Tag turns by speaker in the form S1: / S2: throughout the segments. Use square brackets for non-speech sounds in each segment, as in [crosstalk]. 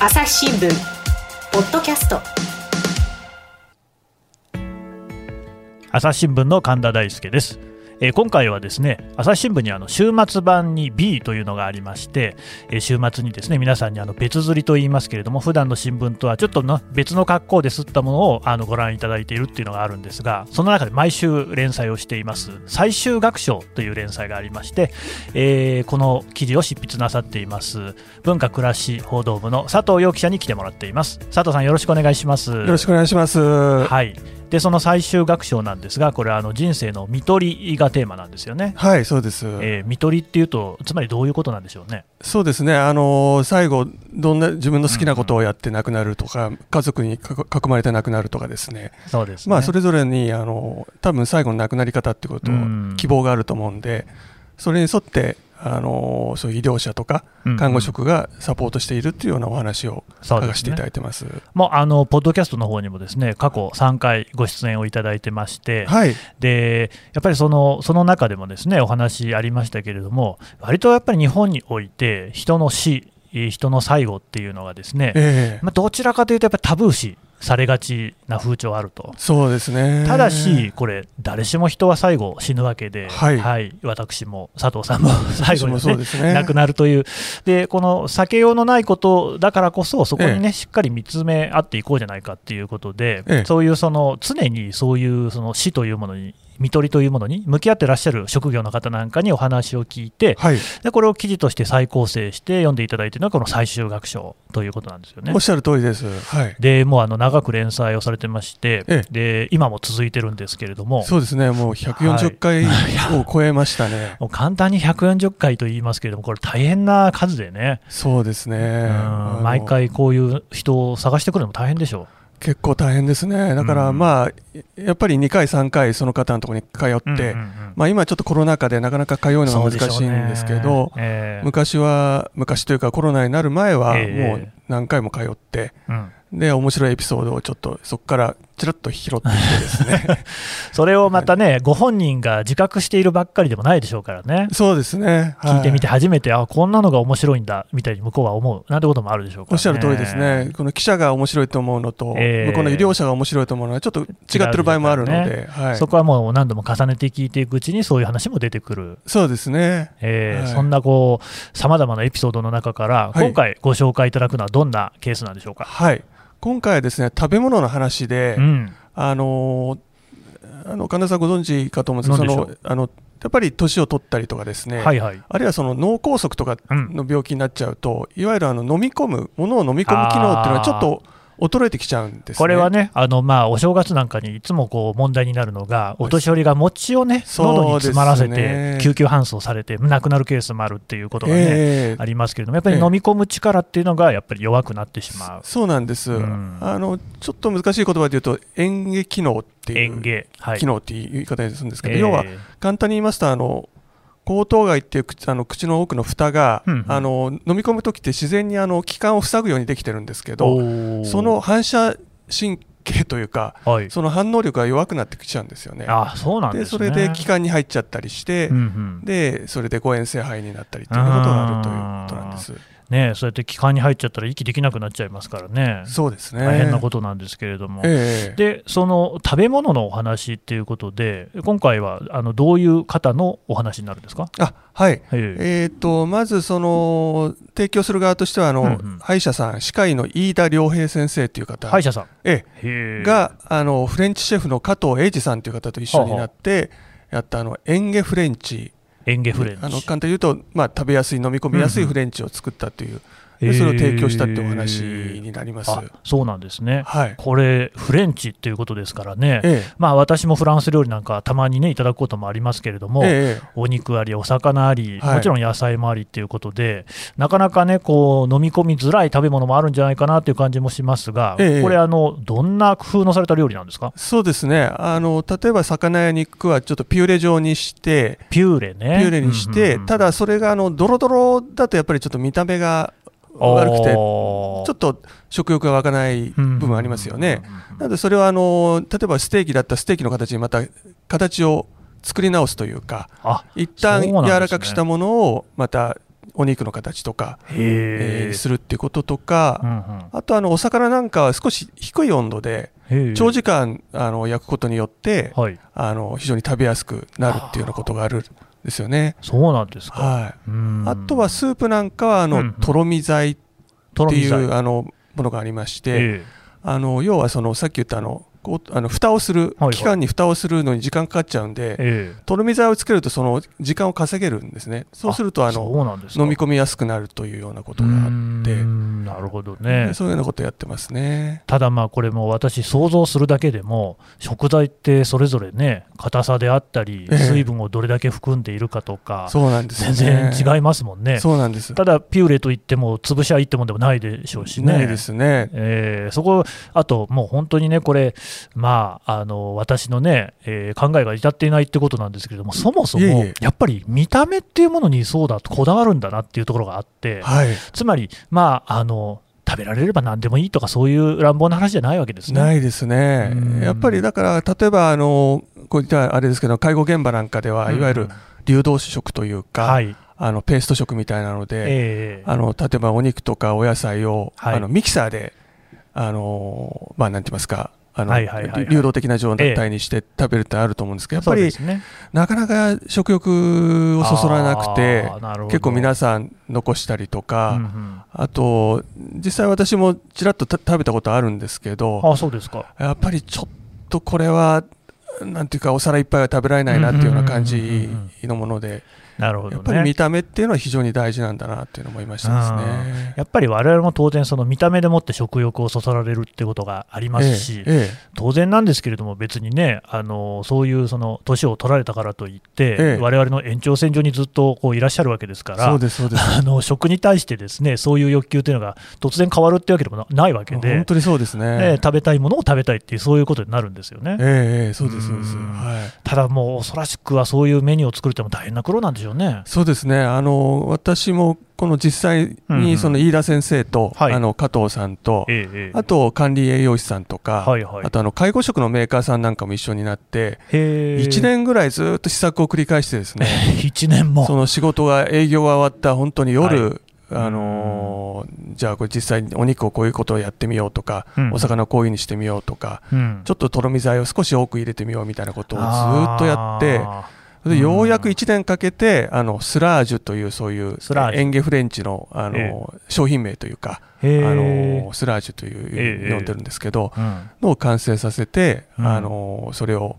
S1: 朝日新聞ポッドキャスト
S2: 朝日新聞の神田大輔です。えー今回はですね朝日新聞にあの週末版に B というのがありまして、えー週末にですね皆さんにあの別釣りと言いますけれども普段の新聞とはちょっとな別の格好で刷ったものをあのご覧いただいているっていうのがあるんですがその中で毎週連載をしています最終学賞という連載がありまして、えーこの記事を執筆なさっています文化暮らし報道部の佐藤陽記者に来てもらっています佐藤さんよろしくお願いします
S3: よろしくお願いします。は
S2: はい、でその最終学章なんですが、これはあの人生の見取りがテーマなんですよね。
S3: い、そうです。
S2: えー見取りっていうと、つまりどういうことなんでしょうね。
S3: そうですね。あのー最後どんな自分の好きなことをやって亡くなるとか、家族にか囲まれて亡くなるとかですね。
S2: そうですね。
S3: まあそれぞれにあのー多分最後の亡くなり方ってこと
S2: うん
S3: 希望があると思うんで、それに沿ってあのーそういう医療者とか
S2: うん
S3: 看護職がサポートしているっていうようなお話を
S2: そうで
S3: 書
S2: すね
S3: かせていただいてます。
S2: もうあのポッドキャストの方にもですね過去3回ご出演をいただいてまして、
S3: はい、
S2: でやっぱりそのその中でもですねお話ありましたけれども、割とやっぱり日本において、人の死、えー人の最後っていうのがですね、
S3: ええ
S2: まあ、どちらかというと、やっぱりタブー視されがちな風潮あると。
S3: そうですね。
S2: ただし、これ、誰しも人は最後死ぬわけで、
S3: はい
S2: 私も佐藤さんも [laughs] 最後に、
S3: 私も
S2: ね
S3: そうですね
S2: 亡 [laughs] くなるという、でこの避けようのないことだからこそ、そこにね、しっかり見つめ合っていこうじゃないかっていうことで、
S3: ええ
S2: そういうその常にそういうその死というものに、見取りというものに向き合ってらっしゃる職業の方なんかにお話を聞いて、
S3: はい、
S2: でこれを記事として再構成して読んでいただいているのが、この最終学章ということなんですよね
S3: おっ。しゃる通りです。はい。
S2: でもうあの長く連載をされてまして、
S3: え
S2: で今も続いてるんですけれども、
S3: そうですね。もう140回
S2: [laughs]
S3: を超えましたね。
S2: もう簡単に140回と言いますけれども、これ、大変な数でね、
S3: そうですね
S2: う。
S3: あ
S2: ん
S3: の
S2: 毎回こういう人を探してくるのも大変でしょ
S3: 結構大変ですね。だか
S2: う
S3: ら
S2: ん
S3: まあ、やっぱり2回3回その方のところに通
S2: う。
S3: って、
S2: うんうんうん
S3: まあ今ちょっとコロナ禍でなかなか通うの
S2: そ
S3: が
S2: うでょう
S3: 難
S2: ね
S3: しいんですけど、
S2: ええ
S3: 昔は、昔というかコロナになる前は
S2: ええ
S3: もう何回も通って、
S2: うん
S3: で、面白いエピソードをちょっとそこからちらっと拾ってきてで
S2: [laughs]
S3: すね。
S2: それをまたね、ご本人が自覚しているばっかりでもないでしょうからね、
S3: そうですね。は
S2: 聞いてみて初めて、あこんなのが面白いんだみたいに向こうは思うなんてこともあるでしょうから、ね、
S3: おっしゃる通りですね。この記者が面白いと思うのと、
S2: ええ
S3: 向こうの医療者が面白いと思うのはちょっと違ってる場合もあるの
S2: 違う
S3: で、はい
S2: そ。こはもう何度も重ねて聞いていくうちに、そういう話も出てくる
S3: そうですね。
S2: えー
S3: はい
S2: そんなこう、さまざまなエピソードの中から、
S3: はい
S2: 今回ご紹介いただくのはどんなケースなんでしょうか。
S3: はい、今回はですね食べ物の話で、
S2: うん、
S3: あのーあの神田さんご存知かと思うんですけど
S2: 何
S3: そ
S2: でしょ
S3: のあのやっぱり年を取ったりとかですね、
S2: はいはい。
S3: あるいはその脳梗塞とか
S2: うん、
S3: の病気になっちゃうと、いわゆるあの飲み込むものを飲み込む機能っていうのはちょっと衰えてきちゃうんですね。
S2: これはね、あのまあ、お正月なんかにいつもこう問題になるのが、お年寄りが餅をね、
S3: そう
S2: 喉に詰まらせ
S3: そうです
S2: て
S3: ね、
S2: 救急搬送されて、亡くなるケースもあるっていうことがね、
S3: ええ
S2: ありますけれども、やっぱり飲み込む力っていうのが、やっぱり弱くなってしまう、
S3: そうなんです、
S2: うん
S3: あのちょっと難しい言葉で言うと嚥下機能ってい
S2: 園
S3: う
S2: 芸、はい
S3: 機能っていう言い方にするんですけど、
S2: えー
S3: 要は簡単に言いますと、あの喉頭蓋っていう口あの口の奥の蓋が、
S2: うんうん
S3: あの飲み込むときって自然にあの気管を塞ぐようにできてるんですけど、
S2: おー
S3: その反射神経というか、
S2: はい、
S3: その反応力が弱くなってきちゃうんですよね。
S2: あそうなん
S3: で
S2: です
S3: そ
S2: ね。
S3: れで気管に入っちゃったりして、
S2: うんうん
S3: でそれで誤え性肺になったりということがあるということなんです。
S2: ね、そうやって気管に入っちゃったら息できなくなっちゃいますからね、
S3: そうですね。
S2: 大変なことなんですけれども。
S3: ええ
S2: でその食べ物のお話っていうことで、今回はあのどういう方のお話になるんですか、
S3: あはい。
S2: ええ
S3: えー、とまずその提供する側としてはあの、
S2: うんうん
S3: 歯医者さん歯科医の飯田良平先生という方、
S2: 歯医者さん
S3: え
S2: へ
S3: え
S2: え
S3: があのフレンチシェフの加藤英二さんという方と一緒になってやったあの園芸フレンチ
S2: 園芸フレンチ
S3: あの簡単に言うと、まあ、食べやすい飲み込みやすいフレンチを作ったという、
S2: へえ
S3: でそれを提供したっていうお話になります。
S2: あそうなんですね、
S3: はい
S2: これ、フレンチっていうことですからね、
S3: ええ
S2: まあ、私もフランス料理なんか、たまにね、いただくこともありますけれども、
S3: ええ
S2: お肉あり、お魚あり、
S3: はい
S2: もちろん野菜もありっていうことで、なかなかね、こう飲み込みづらい食べ物もあるんじゃないかなっていう感じもしますが、
S3: ええ
S2: これあの、どんな工夫のされた料理なんですか
S3: そうですねあの例えば魚や肉はちょっとピューレ状にして、
S2: ピューレね。
S3: ピューレにして、ただそれがあのドロドロだとやっぱりちょっと見た目が悪くて、ち
S2: ょ
S3: ょっと食欲が湧かない部分ありますよね。。
S2: うん
S3: なのでそれはあの例えばステーキだったステーキの形にまた形を作り直すというか、
S2: あ
S3: 一旦
S2: そう
S3: 柔
S2: なんですね
S3: らかくしたものをまたお肉の形とか、え
S2: へ
S3: ー
S2: え
S3: するっていうこととか、
S2: うん
S3: あとあのお魚なんかは少し低い温度で
S2: うんへえ
S3: 長時間あの焼くことによって、
S2: はい
S3: あの非常に食べやすくなるっていうようなことがあるんですよね。
S2: そうなんですか、
S3: はい、
S2: うん
S3: あとはスープなんかはあの、
S2: うんうん
S3: とろみ剤っ
S2: とろ
S3: て
S2: み
S3: い
S2: 剤
S3: うあのものがありまして、
S2: え
S3: あの要はそのさっき言ったあのこうあの蓋をする、
S2: はいはい
S3: 期間に蓋をするのに時間かかっちゃうんで、
S2: えええ
S3: とろみ剤をつけるとその時間を稼げるんですね。そうするとあの
S2: そうなんですか
S3: 飲み込みやすくなるというようなこと
S2: う
S3: があっ
S2: ーんなるほど
S3: て、
S2: ね
S3: そういうようなことやってますね。
S2: ただまあこれも私想像するだけでも食材ってそれぞれね硬さであったり
S3: ええ
S2: 水分をどれだけ含んでいるかとか
S3: そうなんですよ
S2: 全
S3: ね。
S2: 然違いますもんね
S3: そうなんです。
S2: ただピューレといっても潰しゃいいってもんでもないでしょうしね
S3: ないですね。
S2: えーそこ、あともう本当にね、これ、まあ、あの私のね、えー考えが至っていないってことなんですけれども、そもそも
S3: いえいえ
S2: やっぱり見た目っていうものにそうだとこだわるんだなっていうところがあって、
S3: はい。
S2: つまり、まあ、あの食べられれば何でもいいとか、そういう乱暴な話じゃないわけですね。
S3: ないですね
S2: うん。
S3: やっぱりだから、例えば、あの、こういったあれですけど、介護現場なんかでは、
S2: うん
S3: いわゆる流動食というか、
S2: はい、
S3: あのペースト食みたいなので、
S2: えー
S3: あの例えばお肉とかお野菜を、
S2: はい
S3: あのミキサーで、あのまあ、なんて言いますか、あの
S2: はいはいはいはい
S3: 流動的な状態にして食べるってあると思うんですけど、やっ
S2: そ
S3: ぱ
S2: う
S3: り、
S2: ですね
S3: なかなか食欲をそそらなくて
S2: あーなるほど
S3: 結構皆さん残したりとか、
S2: うんうん
S3: あと実際私もちらっとた食べたことあるんですけど
S2: あそうですか。
S3: やっぱりちょっとこれはなんていうかお皿いっぱいは食べられないなっていうような感じのもので
S2: なるほ
S3: や
S2: ど
S3: っぱり
S2: ね
S3: 見。た目っていうのは非常に大事なんだなっていうのを思いましたですね。
S2: やっぱり我々も当然、その見た目でもって食欲をそそられるってことがありますし、
S3: えええ
S2: 当然なんですけれども、別にね、あのそういうその年を取られたからといって、
S3: ええ
S2: 我々の延長線上にずっとこういらっしゃるわけですか
S3: えそ
S2: ら
S3: う。ですそうです。
S2: あの食に対してですねそういう欲求というのが突然変わるってわけでもなないわけで、
S3: 本当にそうですね。
S2: ね食べたいものを食べたいっていうそういうことになるんですよね、
S3: ええええそうですそうです。
S2: うん
S3: はい。
S2: ただもう恐らしくはそういうメニューを作るっても大変な苦労なんでしょうね
S3: そうですね、あの私もこの実際
S2: うんうん
S3: にその飯田先生と、
S2: はい
S3: あの加藤さんと、
S2: ええええ
S3: あと管理栄養士さんとか、
S2: はいはい
S3: あとあの介護食のメーカーさんなんかも一緒になって、
S2: へえ
S3: 1年ぐらいずっと試作を繰り返し
S2: [laughs]
S3: てですね、
S2: 1年も
S3: その仕事が、営業が終わった本当に夜、
S2: は
S3: あのーじゃあこれ実際にお肉をこういうことをやってみようとか、
S2: うん
S3: お魚をこういうふうにしてみようとか、
S2: うん
S3: ちょっととろみ剤を少し多く入れてみようみたいなことをずっとやって、
S2: あ
S3: それでようやく1年かけて、あのスラージュというそういう
S2: スラージュ
S3: エンゲフレンチのあの、
S2: え
S3: 商品名というか、
S2: ーへえ
S3: あのスラージュという、
S2: ええ
S3: 呼んでるんですけど、
S2: うん
S3: のを完成させて、
S2: うん
S3: あのそれを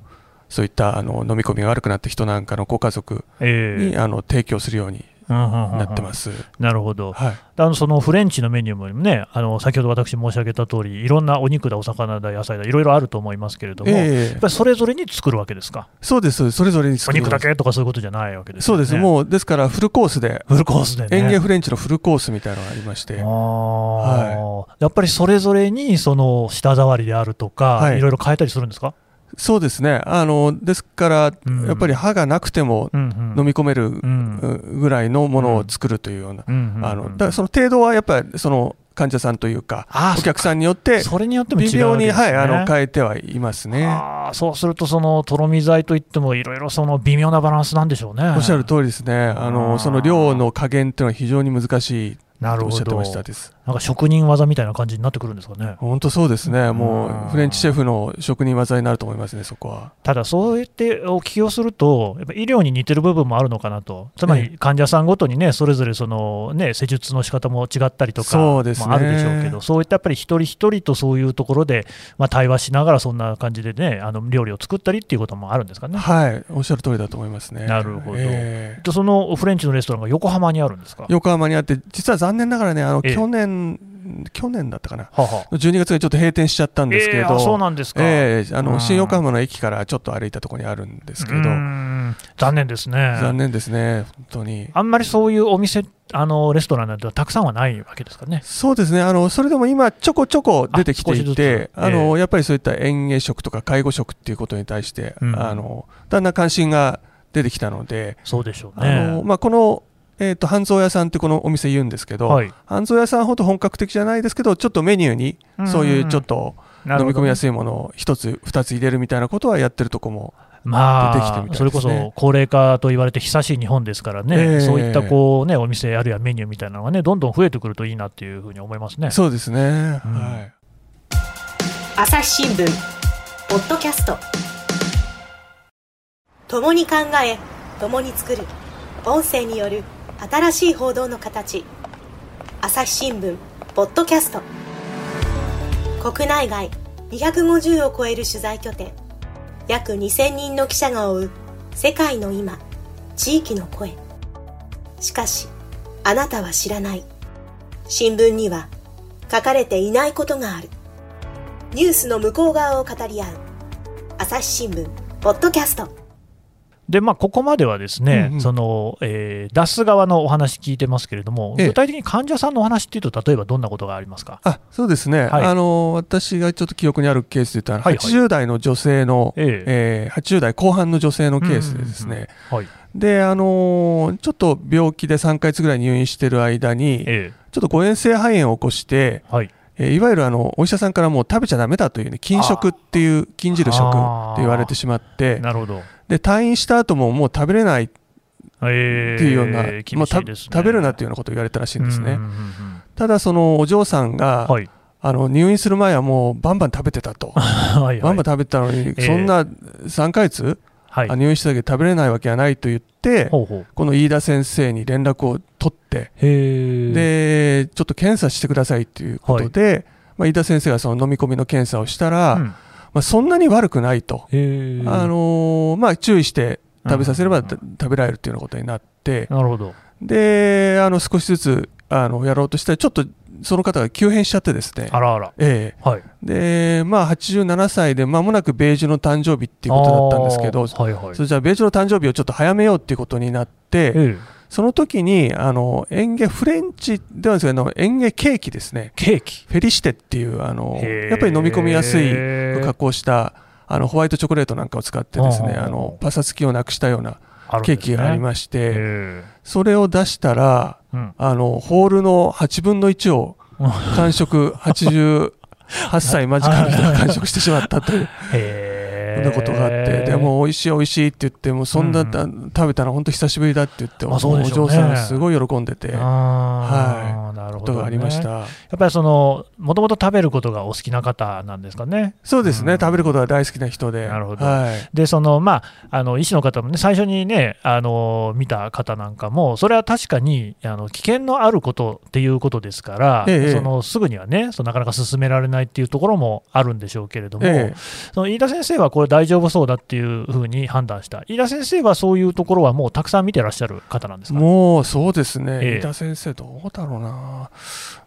S3: そういったあの飲み込みが悪くなった人なんかのご家族に、
S2: ええ
S3: あの提供するように
S2: うんうんうんうん
S3: なってます。
S2: なるほど、
S3: はい、
S2: あのそのフレンチのメニューもね、あの先ほど私申し上げた通り、いろんなお肉だ、お魚だ、野菜だ、いろいろあると思いますけれども、やっ
S3: ええ
S2: ぱりそれぞれに作るわけですか、
S3: そうですそうですそれぞれに
S2: お
S3: 作りま
S2: 肉
S3: す
S2: だけとかそういうことじゃないわけです
S3: そ
S2: よ
S3: う
S2: ね。
S3: です、もうですからフルコースで、
S2: フルコースでね。
S3: エンゲフレンチのフルコースみたいなのがありまし
S2: あ
S3: て
S2: ー、やっぱりそれぞれにその舌触りであるとか、
S3: はい
S2: い、ろいろ変えたりするんですか、
S3: そうですね、あのですから、
S2: うん
S3: やっぱり歯がなくても
S2: うんうん
S3: 飲み込める
S2: うん
S3: うぐらいのものを作るというような、
S2: うんうんうん
S3: あのだからその程度はやっぱりその患者さんというか、
S2: あー
S3: お客さんによって、
S2: それによっても違う
S3: 微妙
S2: わけ
S3: に、
S2: ですね
S3: はい、あの変えてはいますね。
S2: あーそうすると、そのとろみ剤といっても、いろいろその微妙なバランスなんでしょうね。
S3: おっしゃる通りですね、あ
S2: あー
S3: のその量の加減っていうのは非常に難しい
S2: なる
S3: とおっ
S2: ほ
S3: しゃって
S2: ど
S3: ましたです。
S2: なんか職人技みたいな感じになってくるんですかね。
S3: 本当そうですね、
S2: あ
S3: も
S2: ー
S3: うフレンチシェフの職人技になると思いますね、そこは。
S2: ただ、そうやってお聞きをすると、やっぱ医療に似てる部分もあるのかなと、つま
S3: え
S2: り患者さんごとにね、それぞれその、ね、施術の仕方も違ったりとか
S3: そうですね
S2: まああるでしょうけど、そういったやっぱり一人一人とそういうところで、まあ、対話しながら、そんな感じでね、あの料理を作ったりっていうこともあるんですかね。
S3: はい、おっしゃる通りだと思いますね。
S2: なるほど
S3: ええ
S2: でそのフレンチのレストランが横浜にあるんですか。
S3: 横浜にあって、実は残念ながらね、あの
S2: ええ
S3: 去年、去年だったかな、
S2: はは
S3: 12月にちょっと閉店しちゃったんですけれ
S2: え
S3: ど、
S2: ーあそうなんですか。
S3: ええあ
S2: うん
S3: の新横浜の駅からちょっと歩いたところにあるんですけど
S2: う、ーん残念ですね。
S3: 残念ですね、本当に。
S2: あんまりそういうお店、あのレストランなんてたくさんはないわけですかね。
S3: そうですねあの、それでも今、ちょこちょこ出てきて
S2: あ少しず
S3: い
S2: つええ
S3: て、あのやっぱりそういった園芸食とか介護食っていうことに対して、
S2: うん
S3: あのだんだん関心が出てきたので、
S2: そうでしょうね。
S3: あのまあ、この、えー、と半蔵屋さんってこのお店言うんですけど、
S2: はい
S3: 半蔵屋さんほど本格的じゃないですけど、ちょっとメニューに
S2: うん
S3: そういうちょっと
S2: なるほ
S3: 飲み
S2: ど
S3: 込みやすいものを一つ、二つ入れるみたいなことはやってるとこもあり
S2: ま
S3: 出てきて
S2: あ
S3: みたいですね
S2: それこそ高齢化と言われて久しい日本ですからね、
S3: ええ
S2: そういったこう、ね、お店あるいはメニューみたいなのが、ね、どんどん増えてくるといいなっていうふうに思いますね。
S3: そうですね、
S2: うん
S3: はい
S1: 朝日新聞ポッドキャスト
S4: 共に考え共に作る音声による新しい報道の形朝日新聞ポッドキャスト国内外250を超える取材拠点約2000人の記者が追う世界の今地域の声しかしあなたは知らない新聞には書かれていないことがあるニュースの向こう側を語り合う朝日新聞ポッドキャスト
S2: でまあ、ここまではですね、
S3: うんうん
S2: そのえー出す側のお話聞いてますけれども、
S3: ええ
S2: 具体的に患者さんのお話っていうと、例えばどんなことがありますか。
S3: あそうですね、
S2: はい
S3: あの私がちょっと記憶にあるケースで言ったら、
S2: はいはい
S3: 80代の女性の、
S2: ええ
S3: えー80代後半の女性のケースでです
S2: う
S3: ね、
S2: んうんはい
S3: であのちょっと病気で3ヶ月ぐらい入院してる間に、
S2: え
S3: ちょっと誤嚥性肺炎を起こして、
S2: えはい、
S3: えーいわゆるあのお医者さんからもう食べちゃだめだというね禁食っていう禁じる食って言われてしまって
S2: なるほど、
S3: で退院した後ももう食べれないって
S2: ええ
S3: いうような、も
S2: 厳
S3: うた
S2: しいですね
S3: 食べるなっていうようなことを言われたらしいんです
S2: う
S3: ね、
S2: んうんうん
S3: ただそのお嬢さん
S2: う
S3: が、
S2: んはい、
S3: あの入院する前はもうバンバン食べてたと、
S2: はい
S3: バンバ
S2: は
S3: ン食べてたのに、
S2: ええ
S3: そんな3ヶ月、
S2: い、は
S3: あ
S2: い、
S3: 入院しただけ食べれないわけがないと言って
S2: ほうほう、
S3: この飯田先生に連絡を取って
S2: へえ、
S3: でちょっと検査してくださいということで、まあ、飯田先生がその飲み込みの検査をしたら、
S2: うん、
S3: まあ、そんなに悪くないと、
S2: へえ、
S3: あのーまあ、注意して食べさせれば、
S2: うんうんうん
S3: た食べられるというようなことになって
S2: なるほど、
S3: であの少しずつあのやろうとしたらちょっとその方が急変しちゃってですね。
S2: あらあら、
S3: ええ
S2: はい、
S3: でまあ、87歳で間もなく米寿の誕生日っていうことだったんですけど、
S2: あーはいはい、
S3: それじゃあ米寿の誕生日をちょっと早めようっていうことになっ
S2: え
S3: て、
S2: え
S3: その時にあの園芸フレンチではですけど園芸ケーキですね
S2: ケーキ、
S3: フェリシテっていうあの
S2: へー
S3: やっぱり飲み込みやすい加
S2: あ
S3: 工したあのホワイトチョコレートなんかを使ってですね
S2: あー
S3: あのパサつきをなくしたような
S2: るん
S3: ケ
S2: ですね
S3: ーキがありまし
S2: へ
S3: て、
S2: え
S3: それを出したら
S2: うん
S3: あのホールの8分の1を完食88歳間近の人が完食してしまったという
S2: へ
S3: そ
S2: え
S3: んなことがあって、でも美味しい美味しいって言って、もうそんな、
S2: うんうん
S3: 食べたの本当久しぶりだって言って、
S2: まあそうでしょうね
S3: お嬢さんがすごい喜んでて、こ
S2: あーなるほど、
S3: と
S2: ね、
S3: がありました。
S2: やっぱりその、もともと食べることがお好きな方なんですかね。
S3: そうですね、
S2: うん
S3: 食べることが大好きな人で。
S2: なるほど
S3: はい。
S2: で、その、まあ、あの、医師の方もね、最初にね、あの、見た方なんかも、それは確かに、あの、危険のあることっていうことですから、
S3: ええ
S2: その、すぐにはね、そのなかなか進められないっていうところもあるんでしょうけれども、
S3: ええ
S2: その飯田先生はこれ大丈夫そうだっていうふうに判断した。飯田先生はそういうところはもうたくさん見てらっしゃる方なんですか
S3: もうそうですね、
S2: ええ
S3: 飯田先生、どうだろうな、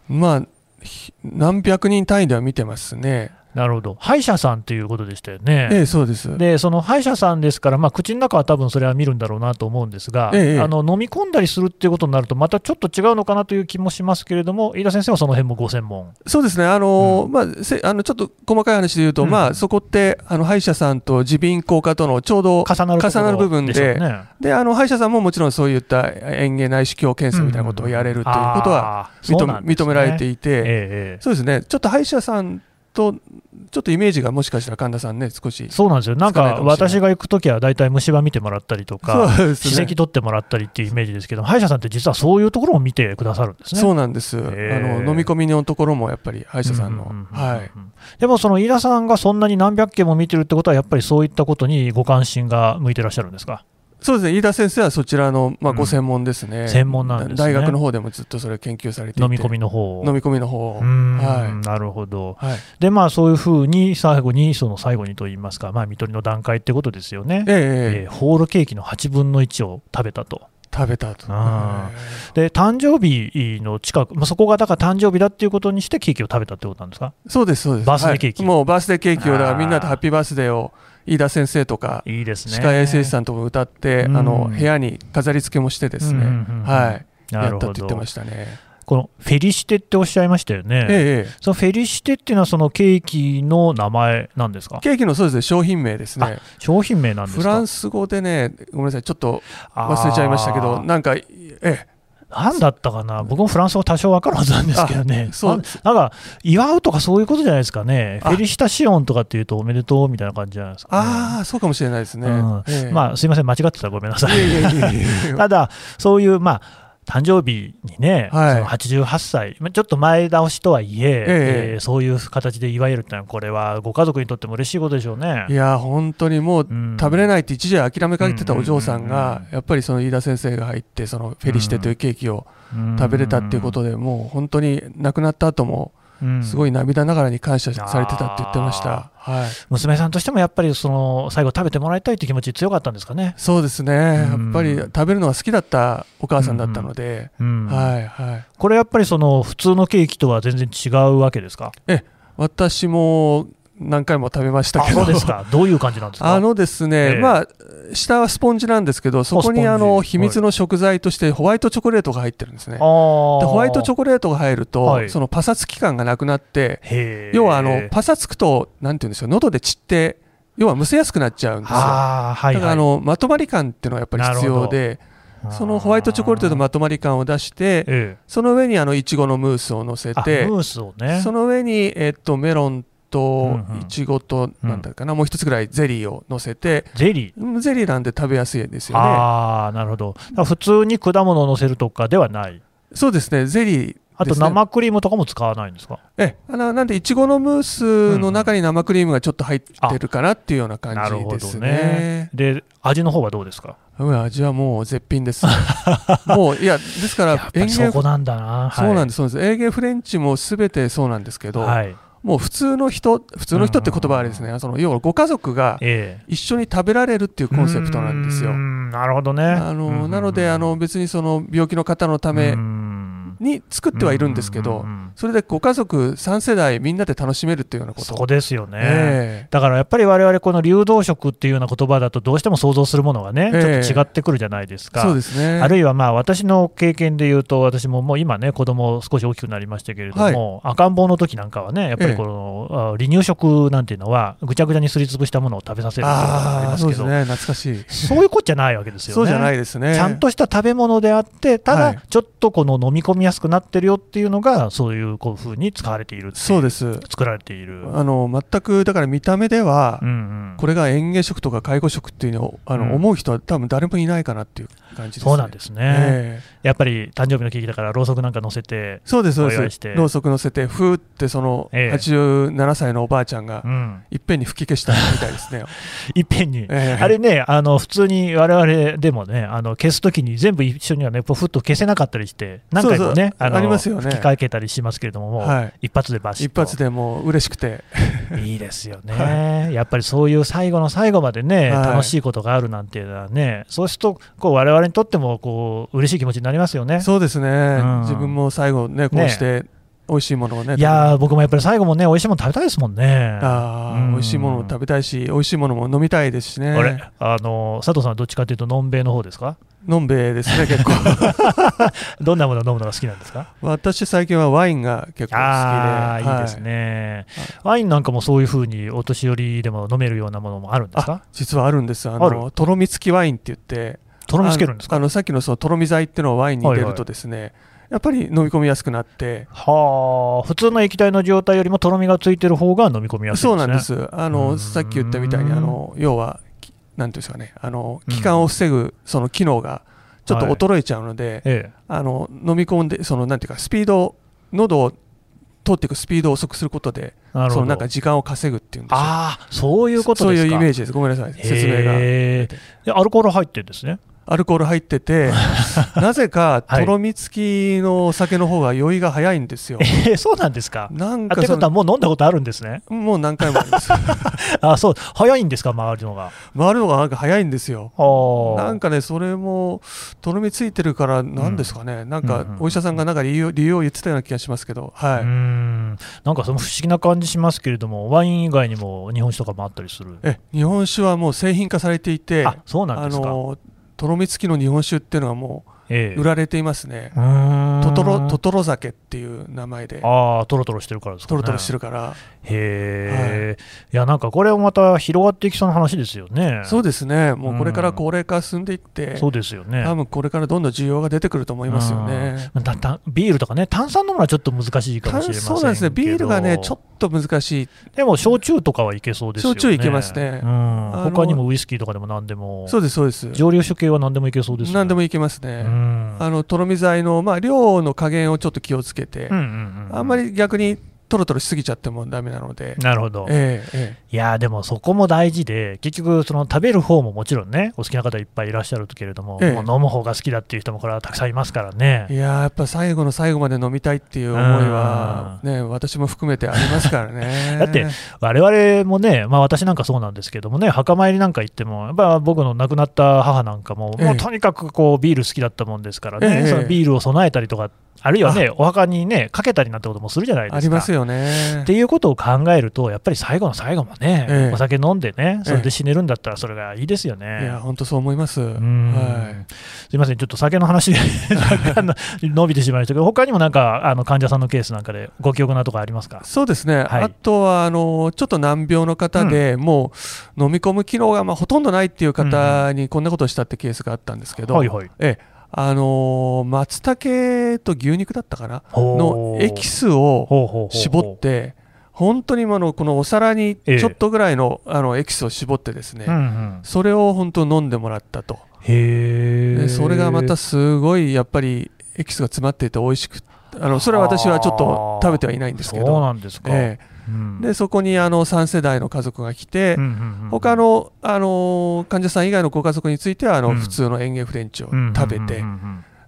S3: まあ、ひ何百人単位では見てますね、
S2: なるほど。歯医者さんっていうことでしたよね。
S3: ええ、そうです、
S2: でその歯医者さんですから、まあ、口の中は多分それは見るんだろうなと思うんですが、
S3: ええ
S2: あの飲み込んだりするっていうことになると、またちょっと違うのかなという気もしますけれども、飯田先生はその辺もご専門。
S3: そうですね、あの
S2: う
S3: まあ、せあのちょっと細かい話で言うと、
S2: うん
S3: まあ、そこってあの歯医者さんと耳鼻咽喉科とのちょうど
S2: 重なるところ
S3: 重なる部分で
S2: しょうね、
S3: であの歯医者さんももちろんそういった園芸内視鏡検査みたいなことをやれるということは
S2: は
S3: 認,、認められて
S2: い
S3: い
S2: て
S3: て、
S2: ええ
S3: そうですね、ちょっと歯医者さんと、ちょっとイメージがもしかしたら神田さんね、少し、
S2: そうなんですよ、なん
S3: つかない
S2: か
S3: かもしれない
S2: 私が行くときは大体虫歯見てもらったりとか、
S3: そうで
S2: 歯石取ってもらったりっていうイメージですけど、歯医者さんって実はそういうところも見てくださるんですね。
S3: そうなんです、あ
S2: ー
S3: の飲み込みのところもやっぱり歯医者さん
S2: うう
S3: の
S2: う、うん
S3: はい、
S2: でもその飯田さんがそんなに何百件も見てるってことは、やっぱりそういったことにご関心が向いてらっしゃるんですか。
S3: そうですね、飯田先生はそちらの、まあ、
S2: うん
S3: ご専門ですね、
S2: 専門なんですね
S3: 大学の方でもずっとそれを研究されていて、
S2: 飲み込みの方を
S3: 飲み込みの方を
S2: うーん
S3: は
S2: なるほど。
S3: い、はい、
S2: で、まあ、そういうふうに、最後に、その最後にといいますか、まあ、見取りの段階ってことですよね。
S3: えええ
S2: え
S3: え
S2: ーホールケーキの8分の1を食べたと。
S3: 食べたと。
S2: あ
S3: え
S2: で、
S3: え
S2: 誕生日の近く、まあ、そこがだから誕生日だっていうことにして、ケーキを食べたってことなんですか
S3: そうです、そうです。
S2: バースデーケーキ
S3: はいもうバースデーケーキを、だか
S2: あ
S3: ら
S2: ー
S3: みんなでハッピーバースデーを、飯田先生とか、
S2: いいですね。
S3: 歯科衛生士さんとか歌って、
S2: うん
S3: あの、部屋に飾り付けもしてで
S2: う
S3: す
S2: ん
S3: ね
S2: うんうんう、ん
S3: はい。
S2: な
S3: や
S2: る
S3: った
S2: ほ
S3: って言ってま
S2: ど。
S3: したね。
S2: このフェリシテっておっしゃいましたよね。
S3: ええええ
S2: そのフェリシテっていうのは、そのケーキの名前なんですか
S3: ケーキのそうですね、商品名ですね。
S2: 商品名なんです
S3: フ
S2: か
S3: ランス語でね、ごめんなさい、ちょっと忘れちゃいましたけど、なんか、ええ、
S2: なんだったかな、僕もフランス語多少わかるはずなんですけどね、
S3: あそう
S2: ななんか、祝うとかそういうことじゃないですかね、フ
S3: あ
S2: ェリシタシオンとかっていうと、おめでとうみたいな感じじゃないですか、ね。
S3: ああ、そうかもしれないですね。
S2: うん
S3: ええ
S2: まあ、すいません、間違ってたらごめんなさ
S3: い
S2: い。
S3: やいやいやいやいや
S2: ただ、そういう、まあ、誕生日にね、
S3: はい
S2: その88歳、まあちょっと前倒しとはいえ
S3: え
S2: えーそういう形で祝えるってのは、これはご家族にとっても嬉しいことでしょうね。
S3: [laughs] いや本当にもう
S2: うん
S3: 食べれないって一時は諦めかけてたお嬢さん
S2: うんうん
S3: が
S2: うん
S3: やっぱりその飯田先生が入ってそのフェリシテというケーキを
S2: うん
S3: 食べれたっていうことでもう本当に亡くなった後も
S2: うん
S3: すごい涙ながらに感謝されてたって言ってました、はい、
S2: 娘さんとしてもやっぱりその最後食べてもらいたいという気持ち強かったんですかね。
S3: そうですねやっぱり食べるのが好きだったお母さんだったので、
S2: うん
S3: はいはい
S2: これやっぱりその普通のケーキとは全然違うわけですか。
S3: 私も何回も食べましたけど
S2: あそうですか。どういう感じなんですか。
S3: [laughs] あのですね、
S2: ええ
S3: まあ、下はスポンジなんですけど、そこ
S2: スポン
S3: に
S2: ジ
S3: あ
S2: は
S3: の
S2: い
S3: 秘密の食材としてホワイトチョコレートが入ってるんですね。でホ
S2: ホ
S3: ワイトチョコレートが入ると、
S2: はい
S3: そのパサつき感がなくなって、
S2: へー
S3: 要はあのパサつくと、なんて言うんでしょう、喉で散って、要はむせやすくなっちゃうんですよ。だ
S2: あーはい
S3: からあのまとまり感っていうのがやっぱり必要で、
S2: はい
S3: そのホワイトチョコレートのまとまり感を出して、
S2: え
S3: その上にあのいちごのムースを乗せ
S2: えあ
S3: て、
S2: ムースをね。
S3: その上に、えっとメロンと
S2: うんうん
S3: いちごと、なんだかな、もう一つぐらいゼリーを乗せて、
S2: ゼリー。
S3: ゼリーなんで食べやすいですよね。
S2: ああなるほど。だから普通に果物を乗せるとかではない。
S3: そうですね、ゼリー、
S2: あと
S3: ですね
S2: 生クリームとかも使わないんですか。
S3: ええあのなんで、いちごのムースの中に生クリームがちょっと入ってるかなっていうような感
S2: なる
S3: じ
S2: ほ
S3: で
S2: ど
S3: す
S2: ね
S3: ね。。
S2: で味の方はどうですか。
S3: うん味はもう絶
S2: [laughs]
S3: 品です。もう、いや、ですか
S2: や
S3: ら
S2: っ、ぱ
S3: 園
S2: りそ
S3: 芸、そ
S2: こなんだな。はいう
S3: なんです、そうなんです。園芸フレンチもすべてそうなんですけど、
S2: はい。
S3: もう普通の人、普通の人って言葉はあれですね、その要はご家族が
S2: ええ。
S3: 一緒に食べられるっていうコンセプトなんですよ
S2: うー。んなるほどね。
S3: あ
S2: うんうんう
S3: の
S2: ん
S3: なのであの、別にその病気の方のため
S2: うん
S3: に作ってはいるんですけ
S2: う
S3: ど、
S2: んうんうん
S3: それでご家族3世代みんなで楽しめるっていうようなこと。
S2: そこですよね。
S3: え
S2: だからやっぱり我々この流動食っていうような言葉だとどうしても想像するものがね、
S3: ええ
S2: ちょっと違ってくるじゃないです
S3: え
S2: か。
S3: そうですね。
S2: あるいはまあ私の経験で言うと、私ももう今ね、子供少し大きくなりましたけれども、赤ん坊の時なんかはね、やっぱりこの、あ離乳食なんていうのは、ぐちゃぐちゃにすりつぶしたものを食べさせるっていうのがあり
S3: ああ
S2: ま
S3: そ
S2: す
S3: う
S2: け
S3: です
S2: ど、
S3: ね。懐かしい。
S2: そういうことじゃないわけですよね。
S3: そうじゃないですね。
S2: ちゃんとした食べ物であって、た
S3: は
S2: だ
S3: い、
S2: ちょっとこの飲み込みやすくなってるよっていうのが、そういうこう風に使われているってい
S3: そうです。
S2: 作られている。
S3: あの全くだから見た目では、
S2: うんうん
S3: これが園芸食とか介護食っていうのをあの、
S2: うん
S3: 思う人は多分誰もいないかなっていう感じですね。
S2: そうなんですね、
S3: ええ
S2: やっぱり誕生日のケーキだから、ろうそくなんか乗せて、
S3: そうですそう
S2: お祝
S3: で
S2: いし
S3: す
S2: て。
S3: ろうそく乗せてふーってその
S2: ええ
S3: 87歳のおばあちゃんが
S2: うん、
S3: いっぺんに吹き消したみた
S2: [laughs]
S3: いですね。
S2: いっぺんに、
S3: ええ
S2: [laughs] あれね、あの普通に我々でもね、あの消すときに全部一緒にはね、ポフッと消せなかったりして、何回もね、
S3: そうそう
S2: の
S3: ありますよね
S2: 吹きかけたりしますけれども、もう
S3: はい
S2: 一発でバシッ
S3: 一
S2: と
S3: 発でもう嬉しくて。
S2: いいですよね、やっぱりそういう最後の最後までね、
S3: はい
S2: 楽しいことがあるなんていうのはね、そうすると、こう我々にとってもこう嬉しい気持ちになりますよね。
S3: そうですね、
S2: ん
S3: 自分も最後ね、こうして美味しいものをね、
S2: いやー、僕もやっぱり最後もね、美味しいもの食べたいですもんね。
S3: あ
S2: う
S3: ー
S2: ん
S3: 美味しいものを食べたいし、美味しいものも飲みたいですしね、
S2: あれあの佐藤さんはどっちかというと、のんべいの方ですか
S3: のんべえですね、結構、
S2: どんなものを飲むのが好きなんですか
S3: 私、最近はワインが結構好きで、
S2: ああ、
S3: はい
S2: いですね、ワインなんかもそういうふうにお年寄りでも飲めるようなものもあるんですか
S3: 実はあるんです、あ
S2: あ
S3: の
S2: る
S3: とろみつきワインって言って、
S2: とろみつけるんです
S3: あ
S2: か
S3: のあのさっきのそのとろみ剤っていうのをワインに入れ
S2: は
S3: る
S2: いは
S3: と
S2: い
S3: ですね、やっぱり飲み込みやすくなって、
S2: はあ、普通の液体の状態よりもとろみがついてる方が飲み込みやすい
S3: そ
S2: ん
S3: う
S2: ですね。
S3: なんです、あ
S2: う
S3: の
S2: ん
S3: さっき言ったみたいに、あの要は、きなんていうんですかね、あの気管を防ぐその機能がちょっと衰えちゃうので、
S2: ええ、
S3: あの飲み込んで、そのなんていうか、スピードを、喉を通っていくスピードを遅くすることで、
S2: なるほど。
S3: そのなんか時間を稼ぐっていうんですよ
S2: ああ、そういうこと
S3: そう
S2: です
S3: い
S2: か。
S3: うイメージです、ごめんなさい、説明が。
S2: へーでアルコール入ってるんですね。
S3: アルコール入って
S2: [laughs]
S3: て、なぜか、
S2: はい
S3: とろみつきのお酒の方が酔いが早いんですよ。
S2: えー、そうなんですか。
S3: なん
S2: あっ
S3: か
S2: て
S3: そ
S2: ことは
S3: の、
S2: もう飲んだことあるんですね。
S3: もう何回もあ
S2: [laughs]
S3: ります。
S2: あそう、早いんですか、回るのが。
S3: 回るのがなんか早いんですよ。
S2: あ
S3: なんかね、それも、とろみついてるから、なんですかね、なん
S2: うんうん
S3: か、お医者さんがなんか理由理由を言ってたような気がしますけど、は
S2: う
S3: い。
S2: ーんなんかその不思議な感じしますけれども、ワイン以外にも日本酒とかもあったりする。
S3: え、日本酒はもう製品化されていて、
S2: あそうなん
S3: あ
S2: ですか。
S3: のとろみつきの日本酒っていうのはもう
S2: ええ
S3: 売られていますね、ト
S2: ト
S3: トロトトロ酒っていう名前で、
S2: ああ、トロトロしてるからですか
S3: ト
S2: ね。
S3: ロトロしてるから、
S2: へえ、い、や、なんかこれもまた広がっていきそうな話ですよね。
S3: そう
S2: で
S3: ですね、もうこれから
S2: うん
S3: 高齢化進んでいって、
S2: そうですよね。
S3: 多分これからどんどん需要が出てくると思いますよね。
S2: うん。たたビールとかね、炭酸飲むのはちょっと難しいかもしれませんけど
S3: そうなんですね、ビールがね、ちょっと難しい、
S2: でも、焼酎とかはいけそうですよね。
S3: 焼酎いけますね
S2: うん
S3: あの
S2: 他にもウイスキーとかでも何でも、
S3: そうです、そうです、
S2: 蒸留酒系は何でもいけそうですよね。
S3: 何でも
S2: い
S3: いけます
S2: けう
S3: ね、
S2: ん。
S3: あのとろみ剤の、まあ、量の加減をちょっと気をつけて
S2: うん、うんうん
S3: あんま。り逆にとろとろしすぎちゃってもダメなので、
S2: なるほど。
S3: ええ
S2: い
S3: え
S2: やーでもそこも大事で、結局、その食べる方ももちろんね、お好きな方いっぱいいらっしゃるけれども、
S3: ええ
S2: もう飲む方が好きだっていう人もこれはたくさんいますから
S3: え、
S2: ね。
S3: いやーやっぱ最後の最後まで飲みたいっていう思いは、ね、私も含めてありますからね。
S2: [laughs] だって、我々もね、まあ、私なんかそうなんですけどもね、墓参りなんか行っても、やっぱ僕の亡くなった母なんかも、
S3: ええ
S2: もうとにかくこうビール好きだったもんですからね、
S3: ええ
S2: そのビールを備えたりとか、あるいはね、お墓にね、かけたりなんてこともするじゃないですか。
S3: ありますよ
S2: っ
S3: ね
S2: て。いうことを考えると、やっぱり最後の最後もね、
S3: ええ
S2: お酒飲んでね、それで死ねるんだったら、それがいいですよね。
S3: いや、本当そう思います。
S2: うん
S3: は
S2: すみません、ちょっと酒の
S3: [laughs]
S2: 話が若干の伸びてしまいましたけど、他にもなんかあの患者さんのケースなんかでご記憶なとこありますか
S3: い、そうですね、
S2: はい
S3: あとはあのちょっと難病の方で、もう飲み込む機能がまあほとんどないっていう方にこんなことをしたってケースがあったんですけど、
S2: はいはい。
S3: ええあのー松茸と牛肉だったかな
S2: ほ
S3: の
S2: う
S3: エキス
S2: ほうほ
S3: を
S2: うほうほう
S3: 絞っ、て、本当に今のこのお皿に
S2: ええ
S3: ちょっとぐらいの,、あのエキスを絞ってですね、
S2: うんうん、
S3: それを本当飲んでもらったと、
S2: へ
S3: で
S2: え。
S3: それがまたすごいやっぱりエキスが詰まっていて美味しくあのそれは私はちょっと食べてはいないんですけ
S2: そう
S3: ど。
S2: なんですか。
S3: え
S2: うん
S3: えでそこにあの3世代の家族が来て、
S2: うんうんうん
S3: 他の、あのー患者さん以外のご家族についてはあの、
S2: うん
S3: 普通の園芸フレンチを
S2: うんうんうんうん
S3: 食べて、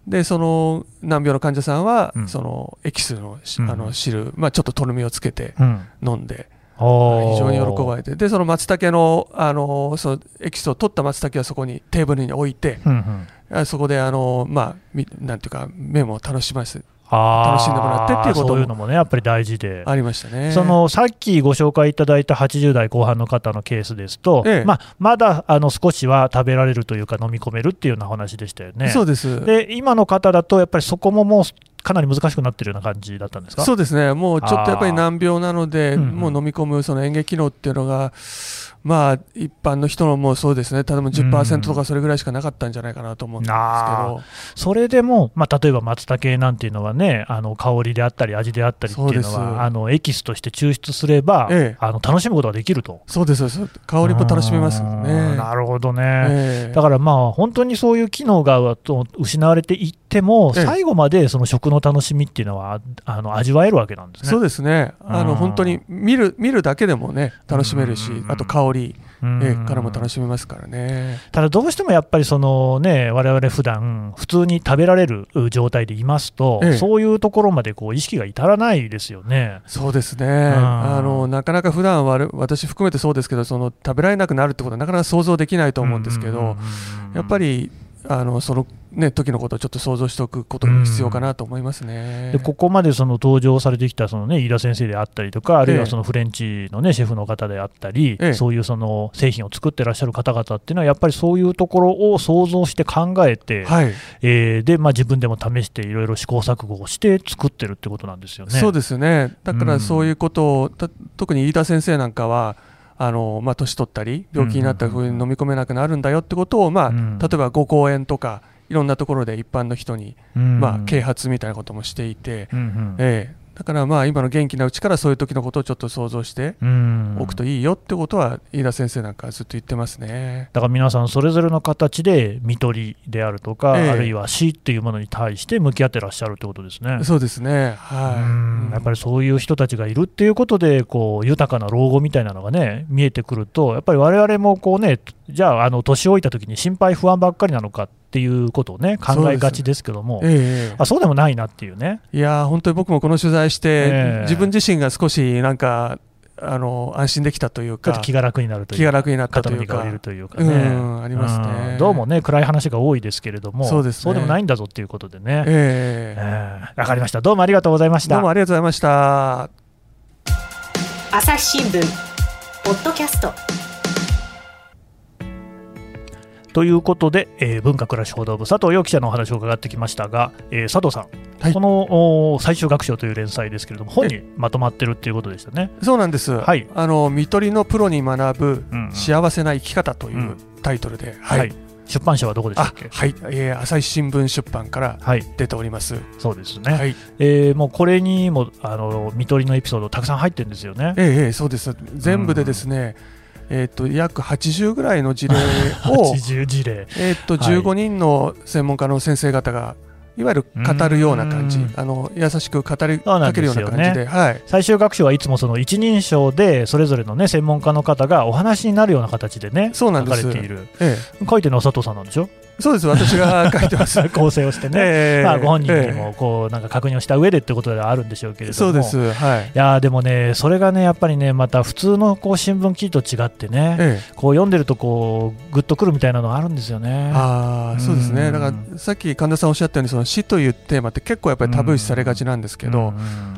S3: でその難病の患者さんは、
S2: うん
S3: そのエキスのし
S2: うん
S3: あの汁、まあ、ちょっととろみをつけて
S2: うん
S3: 飲んで、
S2: あー
S3: 非常に喜ばれてでその松茸のあのそのエキスを取った松茸はそこにテーブルに置いて
S2: うんうん
S3: あそこであの、まあ、みなんていうかメモを楽しませて
S2: あー
S3: 楽しんでもらってっていうことも
S2: そういうのもね、やっぱり大事で。
S3: ありましたね。
S2: そのさっきご紹介いただいた80代後半の方のケースですと、
S3: ええ
S2: まあ、まだあの少しは食べられるというか、飲み込めるっていうような話でしたよね。
S3: そうです
S2: で今の方だと、やっぱりそこももうかなり難しくなってるような感じだったんですか
S3: そうですね、もうちょっとやっぱり
S2: あー
S3: 難病なので、
S2: うんうん
S3: もう飲み込むその演劇機能っていうのが、まあ、一般の人のもうそうですね、例えば
S2: うん
S3: 10%とかそれぐらいしかなかったんじゃないかなと思うんですけ
S2: あ
S3: ど、
S2: それでも、まあ、例えば松茸なんていうのはね、あの香りであったり、味であったりっていうの
S3: そうです
S2: は、あのエキスとして抽出すれば、
S3: ええ
S2: あの楽しむことができると。
S3: そうです、そうです、香りも楽しめますもん
S2: う
S3: ね
S2: ん。なるほどね。
S3: ええ
S2: だからまあ本当にそういう機能がと失われていっても、
S3: ええ
S2: 最後までその食の楽しみっていうのはあの味わえるわけなんですね。
S3: そうですね、あ
S2: うん
S3: の本当に見る見るだけでもね、楽しめるし
S2: うんうんう、ん
S3: あと香り、
S2: うん
S3: ええからも楽しめますからね。
S2: ただどうしてもやっぱりそのね我々普段普通に食べられる状態でいますと、
S3: ええ
S2: そういうところまでこう意識が至らないですよね。
S3: そうですね、
S2: ん
S3: あのなかなか普段は私含めてそうですけど、その食べられなくなるってことはなかなか想像できないと思うんですけど、
S2: うんうんうんうん
S3: やっぱりあのその、ね、時のことをちょっと想像しておくことが必要かなと思いますね。
S2: でここまでその登場されてきたその、ね、飯田先生であったりとか、あるい
S3: え
S2: は
S3: え
S2: そのフレンチの、ね、シェフの方であったり、
S3: ええ
S2: そういうその製品を作ってらっしゃる方々っていうのは、やっぱりそういうところを想像して考えて、
S3: はい、
S2: えーでまあ、自分でも試して、いろいろ試行錯誤をして作ってるってことなんですよね。
S3: そうですね。だか
S2: うん
S3: らそういうことを、た特に飯田先生なんかは。あのまあ、年取ったり病気になった
S2: うん
S3: ふ
S2: うんうん
S3: うに飲み込めなくなるんだよってことを、まあ
S2: うん
S3: 例えばご講演とかいろんなところで一般の人に、
S2: うん
S3: まあ、啓発みたいなこともしていて、
S2: うんうん
S3: ええだからまあ今の元気なうちからそういう時のことをちょっと想像して
S2: うん
S3: おくといいよってことは飯田先生なんかずっと言ってますね。
S2: だから皆さんそれぞれの形で看取りであるとか、
S3: ええ
S2: あるいは死っていうものに対して向き合ってらっしゃるってことですね。
S3: そうですね、はい、
S2: うんやっぱりそういう人たちがいるっていうことでこう豊かな老後みたいなのがね見えてくるとやっぱり我々もこうねじゃああの年老いた時に心配不安ばっかりなのかっていうことをね考えがちですけどもそう,、
S3: ええ
S2: あそうでもないなっていうね
S3: いやー本当に僕もこの取材して、
S2: ええ
S3: 自分自身が少しなんかあの安心できたとい
S2: ち
S3: う
S2: ょっ
S3: か
S2: と気が楽になるという
S3: 気が楽になったと
S2: 肩
S3: い
S2: の荷
S3: う
S2: が
S3: か
S2: 下りるというかね、
S3: うんありますね
S2: うんどうもね暗い話が多いですけれども
S3: そうですね
S2: でもないんだぞっていうことでね、
S3: え
S2: うん
S3: え
S2: わかりましたどうもありがとうございました
S3: どうもありがとうございました。
S1: 朝日新聞ポッドキャスト
S2: ということで、えー文化暮らし報道部佐藤陽記者のお話を伺ってきましたが、えー佐藤さん、
S3: はい
S2: このお最終学章という連載ですけれども本にまとまってるっていうことでしたね。
S3: そうなんです、
S2: はい
S3: あの見取りのプロに学ぶ
S2: うんうん
S3: 幸せな生き方といううんタイトルで、は、
S2: はいい、出版社はどこでした
S3: あ
S2: っけ
S3: はい、えー朝日新聞出版から
S2: はい、
S3: 出ております、
S2: そうですね、
S3: はい、
S2: えーもうこれにもあの見取りのエピソードたくさん入ってるんですよね
S3: え。えええそうです全部でですね、えーっと約80ぐらい
S2: [laughs]
S3: の事例を
S2: 80事例、
S3: えーっと
S2: はい
S3: 15人の専門家の先生方がいわゆる語るような感じ
S2: うん
S3: あの優しく語り
S2: そうな
S3: か
S2: ん
S3: け
S2: で
S3: る
S2: す
S3: よ
S2: よ
S3: う
S2: ね
S3: な感じではい
S2: 最終学習はいつもその一人称でそれぞれの、ね、専門家の方がお話になるような形でね
S3: そうなんです
S2: 書かれている
S3: え
S2: 書いてるのは佐藤さんなんでし
S3: [laughs]
S2: ょ
S3: えそうです私が書いてます
S2: 構成をして [laughs] ね、
S3: ええ
S2: まあ、ご本人
S3: え
S2: に
S3: え
S2: もこうなんか確認をした上でってことではあるんでしょうけれども
S3: そうですは
S2: い
S3: い
S2: やーでもねそれがねやっぱりねまた普通のこう新聞記事と違ってね、
S3: ええ
S2: こう読んでるとこうグッとくるみたいなのがあるんですよね。
S3: あ
S2: うん
S3: あそうですねだからさっき神田さんおっしゃったようにその死というテーマって結構やっぱりタブー視されがちなんですけど、
S2: うんうん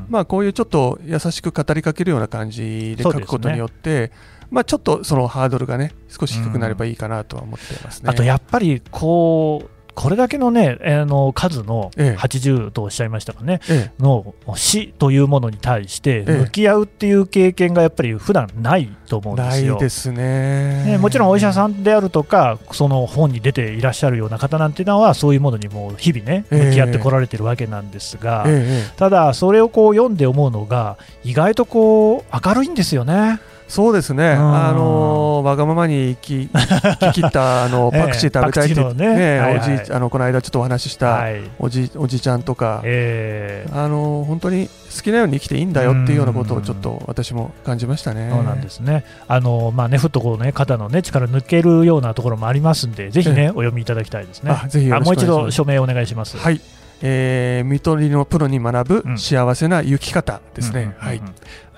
S3: まあこういうちょっと優しく語りかけるような感じで書くことによって、まあちょっとそのハードルがね少し低くなればいいかなとは思ってますね。
S2: あとやっぱりこうこれだけのねあの数の
S3: ええ
S2: 80とおっしゃいましたかね、
S3: え
S2: の死というものに対して
S3: ええ
S2: 向き合うっていう経験がやっぱり普段ないと思
S3: え、
S2: うんで
S3: な
S2: すよ。
S3: いですね
S2: ね、もちろんお医者さ
S3: ん
S2: んであるとか、その本に出ていらっしゃるような方なんていうのは、そういうものにもう日々ね、
S3: え
S2: 向
S3: え
S2: き合ってこられてるわけなんですが、
S3: えええ
S2: ただ、それをこう読んで思うのが、意外とこう明るいんですよね。
S3: え、そうです
S2: ん
S3: ね、あのわがままに生き生き切ったあの
S2: [laughs] ええ
S3: パクチー食べたいって
S2: パクチーのね
S3: ええ
S2: はいはい
S3: おじいあのこの間ちょっとお話しした、
S2: はい
S3: おじおじちゃんとか、
S2: ええ
S3: あの本当に好きなように生きていいんだよっていうようなことをちょっと私も感じましたね。
S2: そうなんですね。あのまあねふっとこうね肩のね力抜けるようなところもありますんで、ぜひ
S3: え
S2: ねお読みいただきたいですね。
S3: あぜひよ
S2: あ
S3: ろしく
S2: も
S3: お
S2: う
S3: 願
S2: 一
S3: いします
S2: 度署名お願いします。
S3: はい、えー、見取りのプロに学
S2: う
S3: ぶ
S2: ん
S3: 幸せな生き方です
S2: うんうん
S3: ね
S2: う。ん
S3: はい、
S2: わ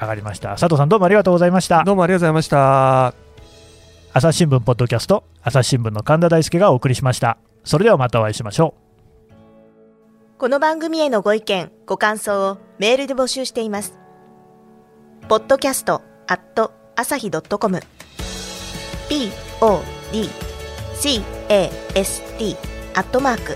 S2: かりました。佐藤さんどうもありがとうございました。
S3: どうもありがとうございました。
S2: 朝日新聞ポッドキャスト朝日新聞の神田大輔がお送りしました。それではまたお会いしましょう。
S4: この番組へのご意見、ご感想をメールで募集しています。podcast.asahi.com p o d c a s t アットマーク